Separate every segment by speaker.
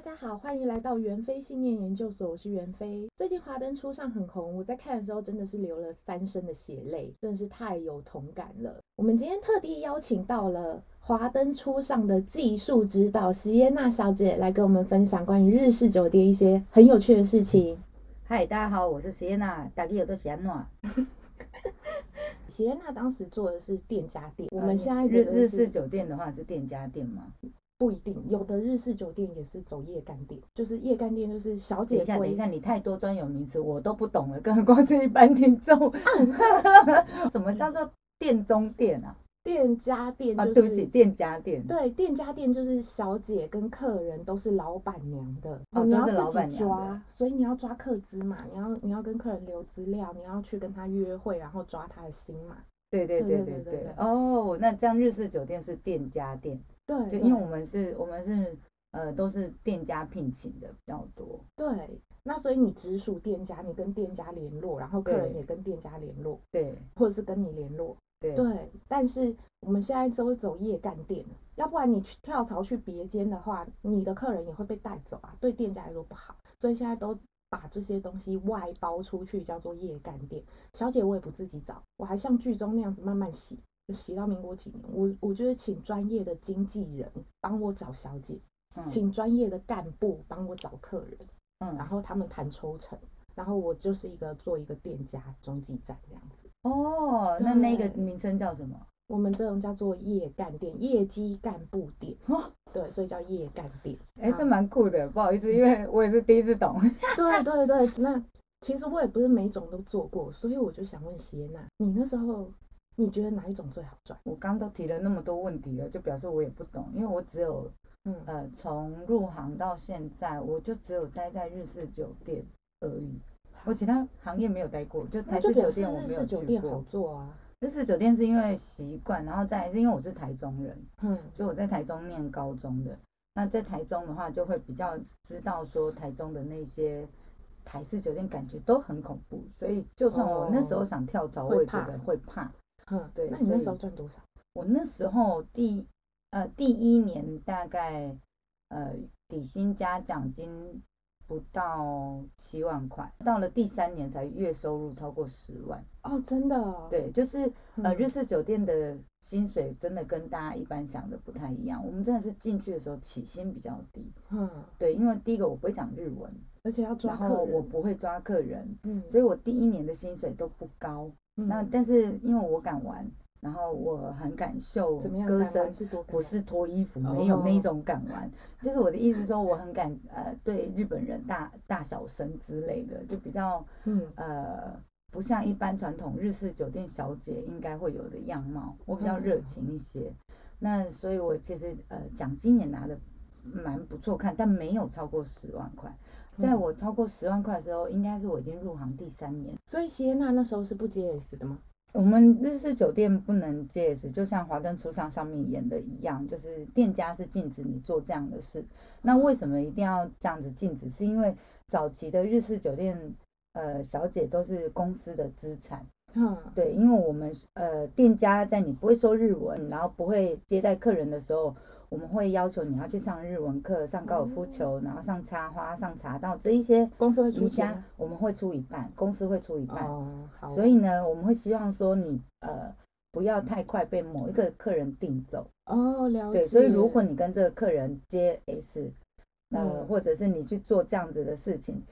Speaker 1: 家好，欢迎来到袁飞信念研究所，我是袁飞。最近《华灯初上》很红，我在看的时候真的是流了三生的血泪，真的是太有同感了。我们今天特地邀请到了《华灯初上》的技术指导席耶娜小姐来跟我们分享关于日式酒店一些很有趣的事情。
Speaker 2: 嗨，大家好，我是石燕娜，大家有都喜欢暖。
Speaker 1: 席耶娜当时做的是店家店，我
Speaker 2: 呃啊
Speaker 1: 们现在
Speaker 2: 日
Speaker 1: 觉得
Speaker 2: 日
Speaker 1: 是
Speaker 2: 式酒店的话是店家店嘛？
Speaker 1: 不一定，有的日式酒店也是走夜干店，就是夜干店就是小
Speaker 2: 等
Speaker 1: 姐
Speaker 2: 一下，等一
Speaker 1: 规
Speaker 2: 下，你太多专有名词我都不懂了，更何况是一般听众。 什么叫做店中店啊？
Speaker 1: 店家店
Speaker 2: 啊，
Speaker 1: 就是、
Speaker 2: 对不起，店家店。
Speaker 1: 对，店家店就是小姐跟客人都是老板娘的
Speaker 2: 哦
Speaker 1: 你
Speaker 2: 都
Speaker 1: 要
Speaker 2: 是老
Speaker 1: 自
Speaker 2: 板
Speaker 1: 己
Speaker 2: 娘的
Speaker 1: 抓，所以你要抓客资嘛，你要你要跟客人留资料，你要去跟他约会，然后抓他的心嘛。
Speaker 2: 对对对
Speaker 1: 对
Speaker 2: 对
Speaker 1: 对对
Speaker 2: 对
Speaker 1: 对。
Speaker 2: 哦，那这样日式酒店是店家店，
Speaker 1: 对，
Speaker 2: 就
Speaker 1: 对
Speaker 2: 因为我们是，我们是呃都是店家聘请的比较多。
Speaker 1: 对，那所以你直属店家，你跟店家联络，然后客人
Speaker 2: 对
Speaker 1: 也跟店家联络，
Speaker 2: 对
Speaker 1: 或者是跟你联络。
Speaker 2: 对
Speaker 1: 对，但是我们现在都是走夜干店了，要不然你去跳槽去别间的话，你的客人也会被带走啊，对店家来说不好，所以现在都把这些东西外包出去，叫做夜干店。小姐我也不自己找，我还像剧中那样子慢慢洗，就洗到民国几年，我我就是请专业的经纪人帮我找小姐，
Speaker 2: 嗯
Speaker 1: 请专业的干部帮我找客人，然
Speaker 2: 嗯
Speaker 1: 后他们谈抽成，然后我就是一个做一个店家中继站这样子。
Speaker 2: 哦，那那个
Speaker 1: 对
Speaker 2: 名称叫什么？
Speaker 1: 我们这种叫做夜干店、业绩干部店，
Speaker 2: 哦
Speaker 1: 对，所以叫夜干 店。
Speaker 2: 哎，这
Speaker 1: 啊
Speaker 2: 蛮酷的，不好意思，因为我也是第一次懂。
Speaker 1: 对对对，那其实我也不是每种都做过，所以我就想问席耶娜，你那时候你觉得哪一种最好赚？
Speaker 2: 我刚都提了那么多问题了，就表示我也不懂，因为我只有
Speaker 1: 嗯，
Speaker 2: 呃从入行到现在，我就只有待在日式酒店而已，我其他行业没有待过，就
Speaker 1: 那
Speaker 2: 台
Speaker 1: 就
Speaker 2: 式
Speaker 1: 表
Speaker 2: 酒
Speaker 1: 示
Speaker 2: 店我
Speaker 1: 日
Speaker 2: 没有
Speaker 1: 式
Speaker 2: 去
Speaker 1: 酒店好
Speaker 2: 过。
Speaker 1: 做啊。
Speaker 2: 日式酒店是因为习惯，然后再来是因为我是台中人，
Speaker 1: 嗯，
Speaker 2: 就我在台中念高中的，那在台中的话就会比较知道说台中的那些。台式酒店感觉都很恐怖，所以就算我那时候想跳槽，
Speaker 1: 哦会
Speaker 2: 我也
Speaker 1: 怕
Speaker 2: 觉得会怕。
Speaker 1: 哼，
Speaker 2: 对
Speaker 1: 那你那
Speaker 2: 所以
Speaker 1: 时候赚多少？
Speaker 2: 我那时候第呃第一年大概呃底薪加奖金不到七万块，到了第三年才月收入超过十万。
Speaker 1: 哦，真的、哦，
Speaker 2: 对，就是呃
Speaker 1: 嗯
Speaker 2: 日式酒店的薪水真的跟大家一般想的不太一样，我们真的是进去的时候起薪比较低。
Speaker 1: 嗯，
Speaker 2: 对，因为第一个我不会讲日文，
Speaker 1: 而且要抓
Speaker 2: 然
Speaker 1: 客
Speaker 2: 后我
Speaker 1: 人，
Speaker 2: 不会抓客人，
Speaker 1: 嗯，
Speaker 2: 所以我第一年的薪水都不高。
Speaker 1: 嗯
Speaker 2: 那但是因为我敢玩，然后我很敢秀
Speaker 1: 怎么样？
Speaker 2: 歌
Speaker 1: 敢玩
Speaker 2: 声，
Speaker 1: 是多敢
Speaker 2: 不
Speaker 1: 玩
Speaker 2: 是脱衣服，
Speaker 1: 哦
Speaker 2: 没有那一种敢玩。就是我的意思说，我很敢呃对日本人大大小声之类的，就比较
Speaker 1: 嗯
Speaker 2: 呃不像一般传统日式酒店小姐应该会有的样貌，我比较热情一些。那所以，我其实呃奖金也拿的蛮不错看，但没有超过十万块。在
Speaker 1: 嗯
Speaker 2: 我超过十万块的时候，应该是我已经入行第三年。
Speaker 1: 所以席耶娜那时候是不接 S 的吗？
Speaker 2: 我们日式酒店不能借食，就像《华灯初上》上面演的一样，就是店家是禁止你做这样的事。那为什么一定要这样子禁止？是因为早期的日式酒店，呃，小姐都是公司的资产。
Speaker 1: 嗯，
Speaker 2: 对，因为我们呃，店家在你不会说日文，然后不会接待客人的时候，我们会要求你要去上日文课、上高尔夫球，然后上插花、上茶道这一些。
Speaker 1: 公司会出
Speaker 2: 瑜
Speaker 1: 钱
Speaker 2: 伽
Speaker 1: 吗。
Speaker 2: 我们会出一半，公司会出一半。
Speaker 1: 哦，好哦，
Speaker 2: 所以呢，我们会希望说你呃不要太快被某一个客人订走。
Speaker 1: 哦，了解。
Speaker 2: 对，所以如果你跟这个客人接 S，呃，
Speaker 1: 嗯
Speaker 2: 或者是你去做这样子的事情，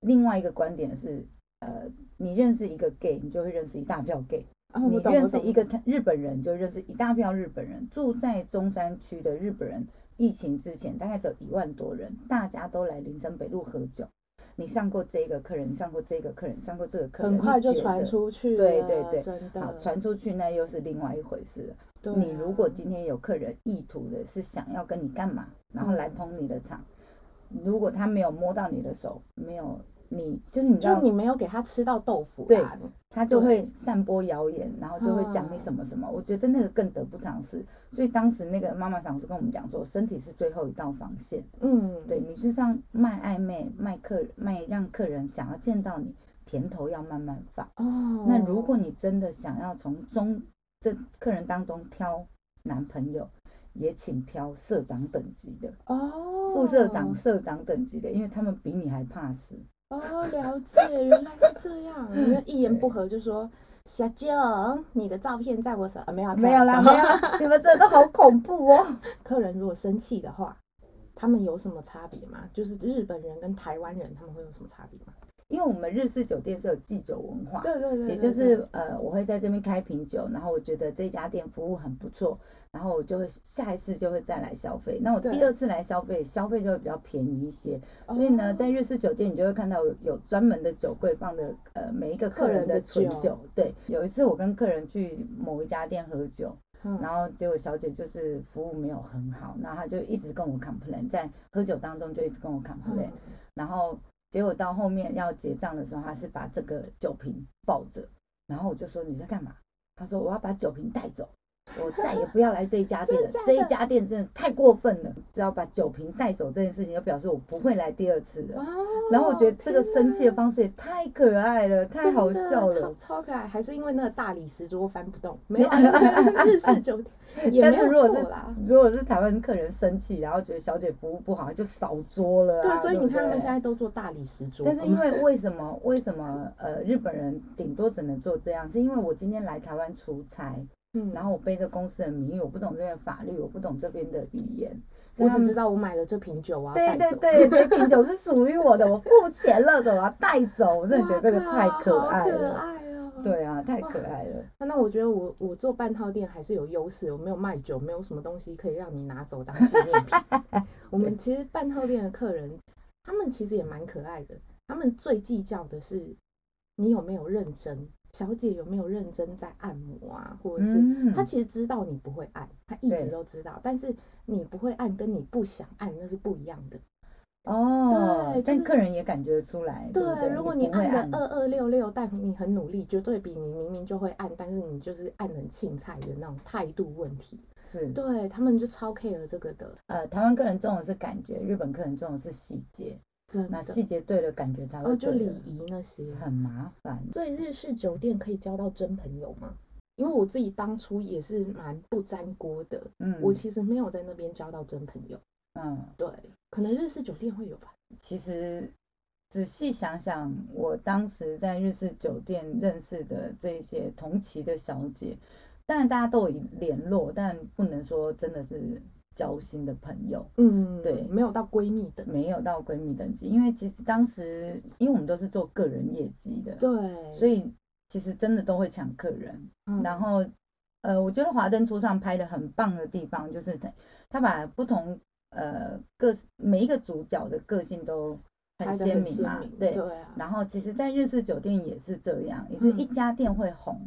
Speaker 2: 另外一个观点是，呃，你认识一个 gay，你就会认识一大票 gay；、
Speaker 1: 啊，
Speaker 2: 你
Speaker 1: 我懂，
Speaker 2: 认
Speaker 1: 我
Speaker 2: 识
Speaker 1: 懂
Speaker 2: 一个日本人，你就认识一大票日本人。住在中山区的日本人，疫情之前大概只有一万多人，大家都来林森北路喝酒。你上过这个客人，你上过这个客人，你上过这个客人，
Speaker 1: 很快
Speaker 2: 你
Speaker 1: 就
Speaker 2: 觉
Speaker 1: 传
Speaker 2: 得
Speaker 1: 出去了，
Speaker 2: 对对对
Speaker 1: 真
Speaker 2: 好
Speaker 1: 的，
Speaker 2: 传出去那又是另外一回事了。
Speaker 1: 对啊
Speaker 2: 你如果今天有客人意图的是想要跟你干嘛，然后来
Speaker 1: 嗯
Speaker 2: 捧你的场，如果他没有摸到你的手，没有你就是你知
Speaker 1: 就
Speaker 2: 道
Speaker 1: 你没有给他吃到豆腐
Speaker 2: 对
Speaker 1: 啊，
Speaker 2: 他就会散播谣言，然后就会讲你
Speaker 1: 啊
Speaker 2: 什么什么。我觉得那个更得不偿失。所以当时那个妈妈上师跟我们讲说，身体是最后一道防线。
Speaker 1: 嗯，
Speaker 2: 对，你就像卖暧昧、卖客、卖让客人想要见到你，甜头要慢慢放。
Speaker 1: 哦，
Speaker 2: 那如果你真的想要从中这客人当中挑男朋友，也请挑社长等级的、
Speaker 1: 哦，
Speaker 2: 副社长、社长等级的，因为他们比你还怕死。
Speaker 1: 哦，了解，原来是这样。你就一言不合就说小静，你的照片在我手，啊、没有啊
Speaker 2: 没有啦，
Speaker 1: 开玩
Speaker 2: 没
Speaker 1: 笑
Speaker 2: 有 啦，你们真的好恐怖哦！
Speaker 1: 客人如果生气的话，他们有什么差别吗？就是日本人跟台湾人他们会有什么差别吗？
Speaker 2: 因为我们日式酒店是有祭酒文化，
Speaker 1: 对对对
Speaker 2: 也就是呃，我会在这边开瓶酒，然后我觉得这家店服务很不错，然后我就会下一次就会再来消费。那我
Speaker 1: 对
Speaker 2: 第二次来消费，消费就会比较便宜一些。所以
Speaker 1: 哦
Speaker 2: 呢，在日式酒店，你就会看到有有专门的酒柜放着呃每一个客
Speaker 1: 客
Speaker 2: 人
Speaker 1: 人
Speaker 2: 的
Speaker 1: 的
Speaker 2: 存
Speaker 1: 酒
Speaker 2: 酒。对，有一次我跟客人去某一家店喝酒，
Speaker 1: 嗯
Speaker 2: 然后结果小姐就是服务没有很好，然后她就一直跟我 complain，在喝酒当中就一直跟我 complain，、
Speaker 1: 嗯
Speaker 2: 然后结果到后面要结账的时候，他是把这个酒瓶抱着，然后我就说你在干嘛？他说我要把酒瓶带走，我再也不要来这一家店 了
Speaker 1: 真的假，的
Speaker 2: 这一家店真的太过分了。只要把酒瓶带走这件事情，就表示我不会来第二次了。
Speaker 1: 哦
Speaker 2: 然后我觉得这个
Speaker 1: 天
Speaker 2: 生气的
Speaker 1: 哪
Speaker 2: 方式也太可爱了，太
Speaker 1: 真
Speaker 2: 好
Speaker 1: 的
Speaker 2: 笑
Speaker 1: 超
Speaker 2: 了。
Speaker 1: 超可爱，还是因为那个大理石桌翻不动，没有 啊日式酒店也
Speaker 2: 但
Speaker 1: 没
Speaker 2: 是
Speaker 1: 有
Speaker 2: 如果
Speaker 1: 错
Speaker 2: 是
Speaker 1: 啦。
Speaker 2: 如果是台湾客人生气，然后觉得小姐服务不好，就少桌了、啊。
Speaker 1: 对，所以
Speaker 2: 不
Speaker 1: 你看他们
Speaker 2: 对
Speaker 1: 现在都做大理石桌，嗯
Speaker 2: 但是因 为为什么为什么呃日本人顶多只能做这样？是因为我今天来台湾出差，
Speaker 1: 嗯，
Speaker 2: 然后我背着公司的名义，我不懂这边的法律，我不懂这边的语言，所以
Speaker 1: 我
Speaker 2: 他
Speaker 1: 只
Speaker 2: 们
Speaker 1: 知道我买了这瓶酒啊，
Speaker 2: 对
Speaker 1: 带
Speaker 2: 对
Speaker 1: 走
Speaker 2: 对，这瓶酒是属于我的，我付钱了的，我要带走。我真的觉得这个
Speaker 1: 哇
Speaker 2: 太
Speaker 1: 靠
Speaker 2: 可
Speaker 1: 好
Speaker 2: 爱
Speaker 1: 可
Speaker 2: 了，
Speaker 1: 爱哦。
Speaker 2: 对啊，太
Speaker 1: 哇
Speaker 2: 可爱了。
Speaker 1: 那那我觉得我我做半套店还是有优势，我没有卖酒，没有什么东西可以让你拿走当纪念品。 我们其实半套店的客人，他们其实也蛮可爱的，他们最计较的是你有没有认真，小姐有没有认真在按摩啊，或者是、
Speaker 2: 嗯
Speaker 1: 他其实知道你不会按，他一
Speaker 2: 对
Speaker 1: 直都知道，但是你不会按跟你不想按那是不一样的。
Speaker 2: 哦
Speaker 1: 对，就
Speaker 2: 但
Speaker 1: 是
Speaker 2: 客人也感觉出来，对不对？
Speaker 1: 如果
Speaker 2: 你
Speaker 1: 你
Speaker 2: 不会
Speaker 1: 按
Speaker 2: 按
Speaker 1: 的，二二六六，但你很努力，绝对比你明明就会按，但是你就是按得很青菜的那种态度问题。
Speaker 2: 是
Speaker 1: 对他们就超 care 这个的，
Speaker 2: 呃，台湾客人重的是感觉，日本客人重的是细节，
Speaker 1: 真
Speaker 2: 那
Speaker 1: 的。
Speaker 2: 细节对了，感觉才
Speaker 1: 哦，
Speaker 2: 会
Speaker 1: 就
Speaker 2: 对
Speaker 1: 礼
Speaker 2: 了
Speaker 1: 仪那些。
Speaker 2: 很麻烦。
Speaker 1: 所以日式酒店可以交到真朋友吗？因为我自己当初也是蛮不沾锅的，
Speaker 2: 嗯，
Speaker 1: 我其实没有在那边交到真朋友。
Speaker 2: 嗯，
Speaker 1: 对，可能日式酒店会有吧。
Speaker 2: 其实仔细想想，我当时在日式酒店认识的这一些同期的小姐，当然大家都有联络，但不能说真的是交心的朋友，
Speaker 1: 嗯，
Speaker 2: 对
Speaker 1: 没有到闺蜜的，
Speaker 2: 没。有到闺蜜等级。因为其实当时，因为我们都是做个人业绩的，
Speaker 1: 对，
Speaker 2: 所
Speaker 1: 以、
Speaker 2: 以其实真的都会抢客人。
Speaker 1: 嗯
Speaker 2: 然后，呃，我觉得《华灯初上》拍的很棒的地方，就是他他把不同呃个每一个主角的个性都很
Speaker 1: 拍得
Speaker 2: 鲜
Speaker 1: 很
Speaker 2: 明
Speaker 1: 鲜
Speaker 2: 嘛，
Speaker 1: 明
Speaker 2: 对。
Speaker 1: 对啊，
Speaker 2: 然后，其实，在日式酒店也是这样，也就是一
Speaker 1: 嗯
Speaker 2: 家店会红，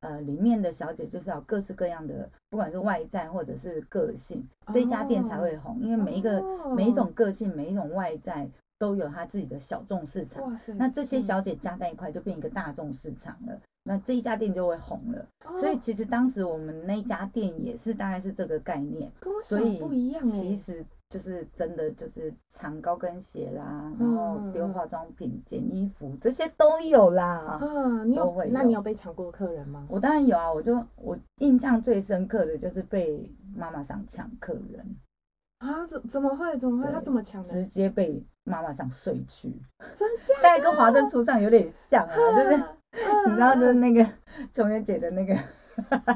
Speaker 2: 呃，里面的小姐就是要有各式各样的，不管是外在或者是个性，这一家店才
Speaker 1: 哦
Speaker 2: 会红，因为每一个、每一种个性、每一种外在都有它自己的小众市场。
Speaker 1: 哇塞，
Speaker 2: 那这些
Speaker 1: 嗯
Speaker 2: 小姐加在一块就变一个大众市场了，那这一家店就会红了。所以
Speaker 1: 哦
Speaker 2: 其实当时我们那一家店也是大概是这个概念，
Speaker 1: 跟我
Speaker 2: 所
Speaker 1: 想
Speaker 2: 以
Speaker 1: 不一样
Speaker 2: 其
Speaker 1: 哎，
Speaker 2: 实就是真的就是藏高跟鞋啦，然后丢
Speaker 1: 嗯嗯嗯
Speaker 2: 化妆品、捡衣服这些都有啦。
Speaker 1: 嗯，你
Speaker 2: 啊都
Speaker 1: 有
Speaker 2: 会
Speaker 1: 那
Speaker 2: 有
Speaker 1: 你有被抢过客人吗？
Speaker 2: 我当然有啊，我就我印象最深刻的就是被妈妈桑抢客人，
Speaker 1: 啊，怎怎么会？怎么会？他
Speaker 2: 对
Speaker 1: 怎么抢
Speaker 2: 直
Speaker 1: 的？
Speaker 2: 接被妈妈桑睡去，
Speaker 1: 真假？
Speaker 2: 大概跟华灯初上有点像啊，就是
Speaker 1: 嗯是 嗯
Speaker 2: 你知道，就是那个 琼月姐的那个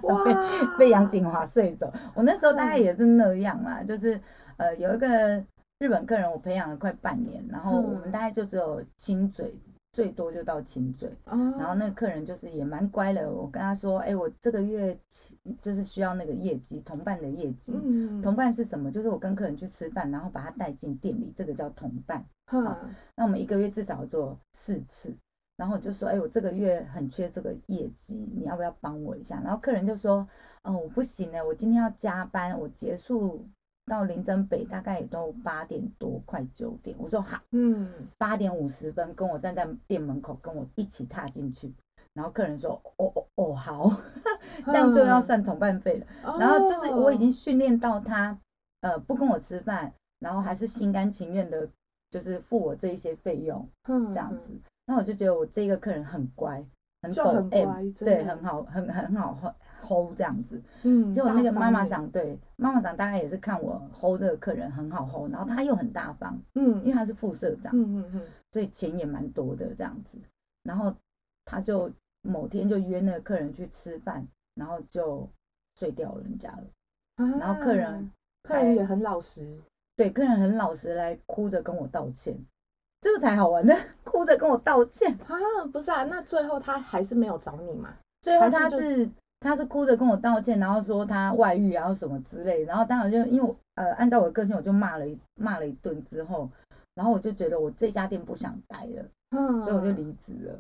Speaker 1: 哇
Speaker 2: 被被杨景华睡走。我那时候
Speaker 1: 嗯
Speaker 2: 大概也是那样啦，就是呃有一个日本客人，我培养了快半年，然后我们
Speaker 1: 嗯
Speaker 2: 大概就只有亲嘴，最多就到亲嘴。然
Speaker 1: 然
Speaker 2: 后那个客人就是也蛮乖的，我跟他说，哎、我这个月请就是需要那个业绩，同伴的业绩。
Speaker 1: 嗯
Speaker 2: 同伴是什么？就是我跟客人去吃饭，然后把他带进店里，这个叫同伴。
Speaker 1: 哼
Speaker 2: 那我们一个月至少做四次。然后我就说，哎，我这个月很缺这个业绩，你要不要帮我一下？然后客人就说，哦，我不行呢，我今天要加班，我结束到林森北大概也都八点多，快九点。我说好，
Speaker 1: 嗯，
Speaker 2: 八点五十分跟我站在店门口，跟我一起踏进去。然后客人说，哦哦哦，好， 这样就要算同伴费了。
Speaker 1: 哼。
Speaker 2: 然后就是我已
Speaker 1: 哦
Speaker 2: 经训练到他，呃，不跟我吃饭，然后还是心甘情愿的，就是付我这一些费用这样，子。那我就觉得我这个客人很乖，很
Speaker 1: 嗯就
Speaker 2: 懂
Speaker 1: 很
Speaker 2: M，
Speaker 1: 乖真
Speaker 2: 对，
Speaker 1: 的
Speaker 2: 很好，很很好，很 hold 这样子。
Speaker 1: 嗯，
Speaker 2: 结果那个
Speaker 1: 大
Speaker 2: 妈
Speaker 1: 方
Speaker 2: 妈
Speaker 1: 面，
Speaker 2: 长对妈妈长大概也是看我 hold 这个客人很好 hold，然后他又很大方，
Speaker 1: 嗯
Speaker 2: 因为他是副社长，
Speaker 1: 嗯嗯嗯，
Speaker 2: 所以钱也蛮多的这样子。然后他就某天就约那个客人去吃饭，然后就睡掉人家了。
Speaker 1: 啊
Speaker 2: 然后客人
Speaker 1: 客人
Speaker 2: 还
Speaker 1: 也很老实，
Speaker 2: 对，客人很老实来哭着跟我道歉，这个才好玩的， 哭着跟我道歉。
Speaker 1: 啊，不是啊，那最后他还是没有找你嘛？
Speaker 2: 最后
Speaker 1: 还是
Speaker 2: 他
Speaker 1: 就是
Speaker 2: 他是哭着跟我道歉，然后说他外遇，然后什么之类的，然后当然就因为我呃按照我的个性，我就骂了一骂了一顿之后，然后我就觉得我这家店不想待了，
Speaker 1: 嗯，
Speaker 2: 所以我就离职了。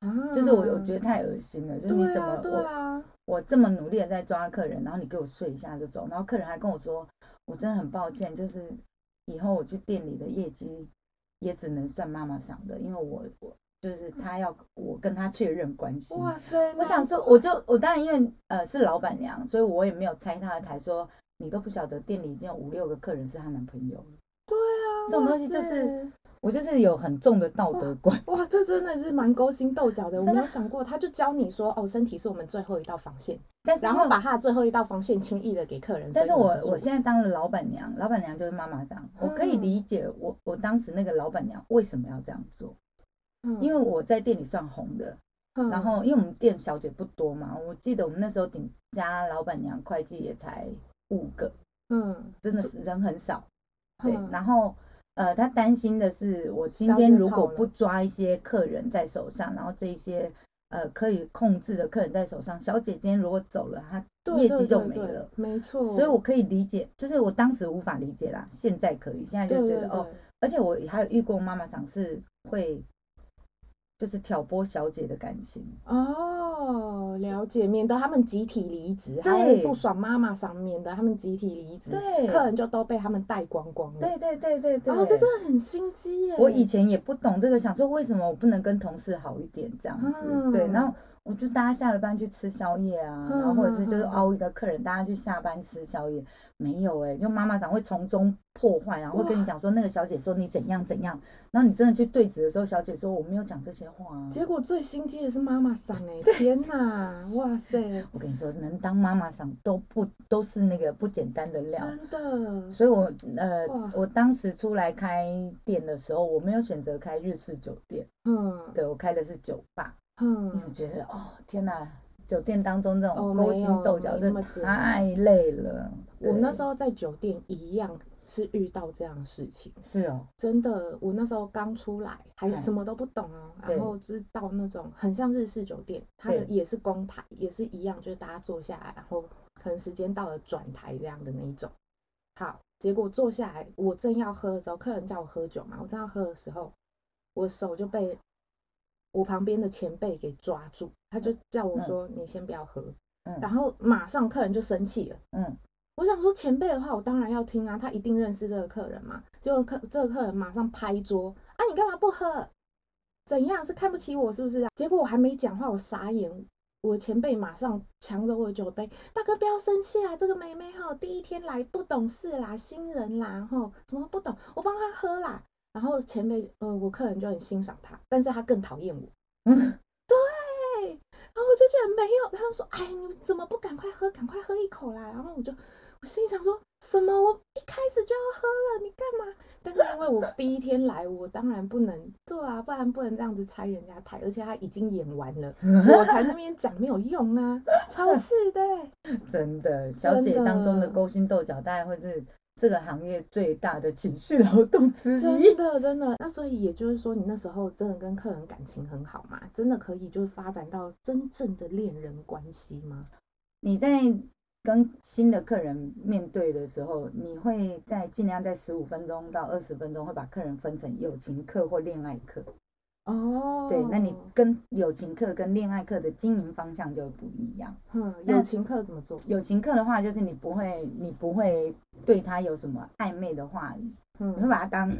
Speaker 1: 啊，
Speaker 2: 就是我我觉得太恶心了，就是你
Speaker 1: 对
Speaker 2: 怎么、
Speaker 1: 啊，对
Speaker 2: 我
Speaker 1: 啊，
Speaker 2: 我这么努力的在抓客人，然后你给我睡一下就走，然后客人还跟我说，我真的很抱歉，就是以后我去店里的业绩也只能算妈妈赏的，因为我我就是他要我跟他确认关系。
Speaker 1: 哇塞，
Speaker 2: 我想
Speaker 1: 那
Speaker 2: 说，我就我当然因为呃是老板娘，所以我也没有拆她的台说你都不晓得店里已经有五六个客人是她男朋友了，
Speaker 1: 对啊，
Speaker 2: 这种
Speaker 1: 哇
Speaker 2: 东西就是
Speaker 1: 塞
Speaker 2: 我就是有很重的道德观。
Speaker 1: 哇，这真的是蛮勾心斗 角的。我
Speaker 2: 真
Speaker 1: 没
Speaker 2: 的
Speaker 1: 有想过，他就教你说，哦，身体是我们最后一道防线，
Speaker 2: 但是
Speaker 1: 然
Speaker 2: 因
Speaker 1: 后
Speaker 2: 为
Speaker 1: 把他的最后一道防线轻易的给客人。
Speaker 2: 但是
Speaker 1: 所以
Speaker 2: 我
Speaker 1: 们就
Speaker 2: 我现在当了老板娘，老板娘就是妈妈这样，我可以
Speaker 1: 嗯
Speaker 2: 理解我我当时那个老板娘为什么要这样做，
Speaker 1: 嗯
Speaker 2: 因为我在店里算红的，
Speaker 1: 嗯
Speaker 2: 然后因为我们店小姐不多嘛，我记得我们那时候顶加老板娘会计也才五个，
Speaker 1: 嗯，
Speaker 2: 真的是人很少，对，
Speaker 1: 嗯
Speaker 2: 然后。呃，她担心的是，我今
Speaker 1: 小姐
Speaker 2: 天如
Speaker 1: 跑
Speaker 2: 果
Speaker 1: 了
Speaker 2: 不抓一些客人在手上，然后这一些呃可以控制的客人在手上，小姐今天如果走了，她
Speaker 1: 对
Speaker 2: 业
Speaker 1: 对
Speaker 2: 绩就
Speaker 1: 对
Speaker 2: 没
Speaker 1: 对
Speaker 2: 了。
Speaker 1: 没错。
Speaker 2: 所以我可以理解，就是我当时无法理解啦，现在可以，现在就
Speaker 1: 对
Speaker 2: 觉
Speaker 1: 对
Speaker 2: 得哦，
Speaker 1: 对
Speaker 2: 而且我还有遇过妈妈桑是会，就是挑拨小姐的感情，
Speaker 1: 哦，了解，免得他们集体离职，还会
Speaker 2: 对
Speaker 1: 不爽妈妈上，免得他们集体离职，
Speaker 2: 对
Speaker 1: 客人就都被他们带光光了。
Speaker 2: 对对对对对，
Speaker 1: 哦，这真的很心机耶！
Speaker 2: 我以前也不懂这个，想说为什么我不能跟同事好一点这样子，
Speaker 1: 嗯
Speaker 2: 对，然后。我就大家下了班去吃宵夜啊，
Speaker 1: 嗯
Speaker 2: 然后或者是就是
Speaker 1: 嗯嗯
Speaker 2: 凹一个客人，大家去下班吃宵夜，没有哎、就妈妈长会从中破坏，然后会跟你讲说那个小姐说你怎样怎样，然后你真的去对质的时候，小姐说我没有讲这些话、啊，
Speaker 1: 结果最心机的是妈妈桑哎，天哪，哇塞，
Speaker 2: 我跟你说，能当妈妈上都不都是那个不简单的料。
Speaker 1: 真的，
Speaker 2: 所以我，呃
Speaker 1: 哇，
Speaker 2: 我当时出来开店的时候，我没有选择开日式酒店，
Speaker 1: 嗯
Speaker 2: 对我开的是酒吧。因为我
Speaker 1: 嗯，
Speaker 2: 觉得，哦，天哪，酒店当中这
Speaker 1: 哦
Speaker 2: 种
Speaker 1: 没
Speaker 2: 勾心
Speaker 1: 有
Speaker 2: 斗角
Speaker 1: 没那
Speaker 2: 真
Speaker 1: 么
Speaker 2: 的
Speaker 1: 简单
Speaker 2: 太累了。
Speaker 1: 我那时
Speaker 2: 候
Speaker 1: 候在酒店一样是遇到这样的事情。
Speaker 2: 是哦，
Speaker 1: 真的，我那时候刚出来，还
Speaker 2: 嗯
Speaker 1: 什么都不懂哦、
Speaker 2: 对
Speaker 1: 然后就是到那种很像日式酒店，它的
Speaker 2: 对
Speaker 1: 也是公台，也是一样，就是大家坐下来，然后可能时间到了转台这样的那一种。好，结果坐下来，我正要喝的时候，客人叫我喝酒嘛，我正要喝的时候，我手就被我旁边的前辈给抓住，他就叫我
Speaker 2: 嗯
Speaker 1: 说：“你先不要喝。”然
Speaker 2: 嗯
Speaker 1: 后马上客人就生气了。
Speaker 2: 嗯，
Speaker 1: 我想说前辈的话，我当然要听啊，他一定认识这个客人嘛。结果客这个客人马上拍桌啊，你干嘛不喝？怎样是看不起我是不是、啊？结果我还没讲话，我傻眼，我前辈马上抢走我的酒杯，大哥不要生气啊，这个妹妹哈第一天来不懂事啦，新人啦哈，怎么不懂？我帮她喝啦。然后前辈呃，我客人就很欣赏她，但是他更讨厌我。 对，然后我就觉得没有，他就说：“哎，你怎么不赶快喝？赶快喝一口啦！”然后我就我心里想说什么？我一开始就要喝了，你干嘛？但是因为我第一天来，我当然不能对啊，不然不能这样子拆人家台，而且他已经演完 了，我才那边讲没有用啊，超气的欸、
Speaker 2: 真的，小
Speaker 1: 真
Speaker 2: 姐当中的
Speaker 1: 的
Speaker 2: 勾心斗角，大概会是这个行业最大的情绪劳动之一
Speaker 1: 真。的真的。那所以也就是说，你那时候真的跟客人感情很好嘛？真的可以就是发展到真正的恋人关系吗？
Speaker 2: 你在跟新的客人面对的时候，你会在尽量在十五分钟到二十分钟，会把客人分成友情课或恋爱课。
Speaker 1: 哦，
Speaker 2: 对，那你跟友情课跟恋爱课的经营方向就会不一样。
Speaker 1: 嗯，
Speaker 2: 那
Speaker 1: 友情课怎么做？
Speaker 2: 友情课的话，就是你不会，你不会对他有什么暧昧的话，你
Speaker 1: 嗯，
Speaker 2: 会把他当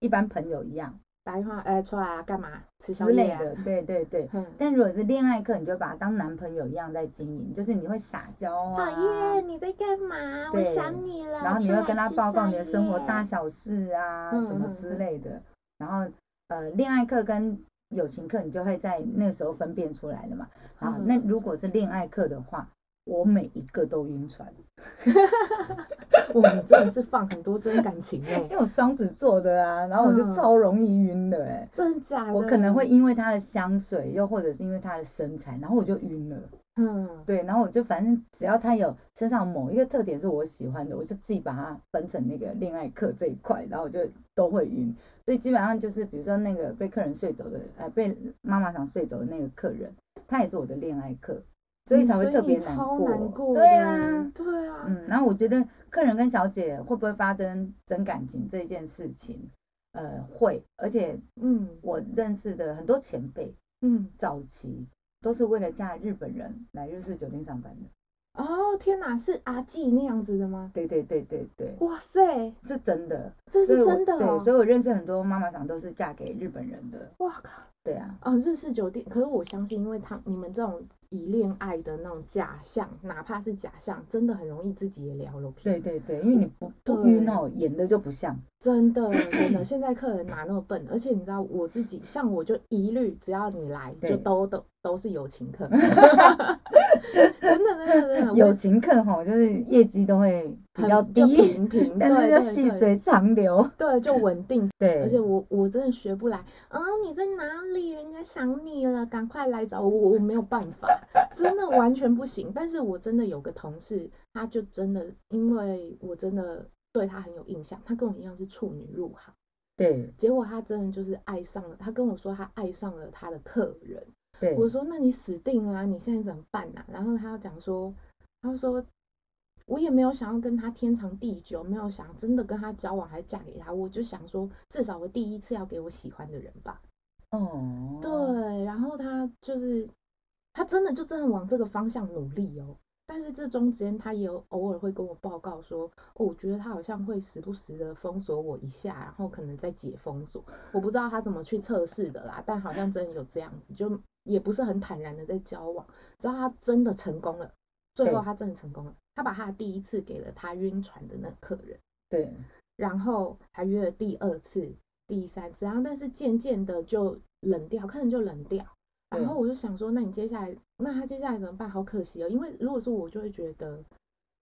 Speaker 2: 一般朋友一样
Speaker 1: 打电话哎、出来啊，干嘛？吃宵
Speaker 2: 之
Speaker 1: 夜
Speaker 2: 类
Speaker 1: 啊？
Speaker 2: 的。对对对。
Speaker 1: 嗯，
Speaker 2: 但如果是恋爱课，你就把他当男朋友一样在经营，就是你会撒娇啊，
Speaker 1: 讨厌你在干嘛？我
Speaker 2: 对
Speaker 1: 想你了。
Speaker 2: 然后你
Speaker 1: 出
Speaker 2: 会
Speaker 1: 来
Speaker 2: 跟他
Speaker 1: 吃
Speaker 2: 报告
Speaker 1: 宵
Speaker 2: 你的生活
Speaker 1: 夜
Speaker 2: 大小事啊，
Speaker 1: 嗯
Speaker 2: 什么
Speaker 1: 嗯
Speaker 2: 之
Speaker 1: 嗯
Speaker 2: 类的。然后呃，恋爱课跟友情课，你就会在那时候分辨出来了嘛。好，
Speaker 1: 嗯
Speaker 2: 那如果是恋爱课的话，我每一个都晕船，
Speaker 1: 我们真的是放很多真感情哎、
Speaker 2: 因为我双子座的啊，然后我就
Speaker 1: 嗯
Speaker 2: 超容易晕的哎、
Speaker 1: 真的假的？嗯
Speaker 2: 我可能会因为他的香水，又或者是因为他的身材，然后我就晕了。
Speaker 1: 嗯，
Speaker 2: 对，然后我就反正只要他有身上某一个特点是我喜欢的，我就自己把它分成那个恋爱课这一块，然后我就都会晕。所以基本上就是，比如说那个被客人睡走的，呃，被妈妈想睡走的那个客人，他也是我的恋爱课，所以才会
Speaker 1: 嗯
Speaker 2: 特别
Speaker 1: 所以
Speaker 2: 难
Speaker 1: 你超
Speaker 2: 过。
Speaker 1: 难过的，
Speaker 2: 对啊，
Speaker 1: 对啊，
Speaker 2: 嗯，然后我觉得客人跟小姐会不会发生真感情这件事情，呃，会，而且
Speaker 1: 嗯
Speaker 2: 我认识的很多前辈，
Speaker 1: 嗯，
Speaker 2: 早期都是为了嫁日本人来日式酒店上班的。
Speaker 1: 哦天哪，是阿纪那样子的吗？
Speaker 2: 对对对对对，
Speaker 1: 哇塞，
Speaker 2: 是真的，
Speaker 1: 这
Speaker 2: 所以
Speaker 1: 是
Speaker 2: 我
Speaker 1: 真的
Speaker 2: 对，
Speaker 1: 哦！
Speaker 2: 所以我认识很多妈妈桑都是嫁给日本人的。
Speaker 1: 哇靠，
Speaker 2: 对啊，
Speaker 1: 啊，日式酒店，可是我相信，因为他你们这种以恋爱的那种假象，哪怕是假象，真的很容易自己也聊了
Speaker 2: 对
Speaker 1: 偏。
Speaker 2: 对对，因为你不不
Speaker 1: 嗯对
Speaker 2: 晕哦，演的就不像。
Speaker 1: 真的真 的，现在客人哪那么笨？而且你知道我自己，像我就一律只要你来，就
Speaker 2: 对
Speaker 1: 都都都是友情 客。真的真的真的，
Speaker 2: 友
Speaker 1: 嗯我
Speaker 2: 情客吼，就是业绩都会比
Speaker 1: 很
Speaker 2: 较
Speaker 1: 就
Speaker 2: 低，
Speaker 1: 平平，
Speaker 2: 但是
Speaker 1: 对
Speaker 2: 就
Speaker 1: 对
Speaker 2: 细
Speaker 1: 对
Speaker 2: 水长流。
Speaker 1: 对，就稳定
Speaker 2: 对，
Speaker 1: 而且我我真的学不来啊！你在哪里？人家想你了，赶快来找我！我我没有办法，真的完全不行。但是我真的有个同事，他就真的因为我真的对他很有印象，他跟我一样是处女入行，
Speaker 2: 对
Speaker 1: 结果他真的就是爱上了。他跟我说他爱上了他的客人，
Speaker 2: 对，
Speaker 1: 我说那你死定啦、你现在怎么办呐、然后他要讲说，他说我也没有想要跟他天长地久，没有想真的跟他交往还嫁给他，我就想说至少我第一次要给我喜欢的人吧。
Speaker 2: 哦，
Speaker 1: 对，然后他就是他真的就真的往这个方向努力哦。但是这中间，他也有偶尔会跟我报告说，哦，我觉得他好像会时不时的封锁我一下，然后可能再解封锁。我不知道他怎么去测试的啦，但好像真的有这样子，就也不是很坦然的在交往。直到他真的成功了，最后
Speaker 2: 对
Speaker 1: 他真的成功了，他把他的第一次给了他晕船的那个客人。
Speaker 2: 对
Speaker 1: 然后还约了第二次、第三次，然后但是渐渐的就冷掉，客人就冷掉。然
Speaker 2: 对
Speaker 1: 后我就想说，那你接下来，那他接下来怎么办？好可惜哦，因为如果说我就会觉得，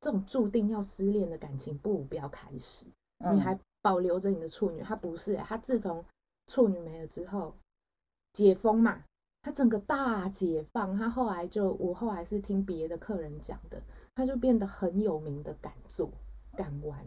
Speaker 1: 这种注定要失恋的感情，不如不要开始。
Speaker 2: 嗯
Speaker 1: 你还保留着你的处女，他不是、欸，他自从处女没了之后，解封嘛，他整个大解放，他后来就我后来是听别的客人讲的，他就变得很有名的敢做、敢玩。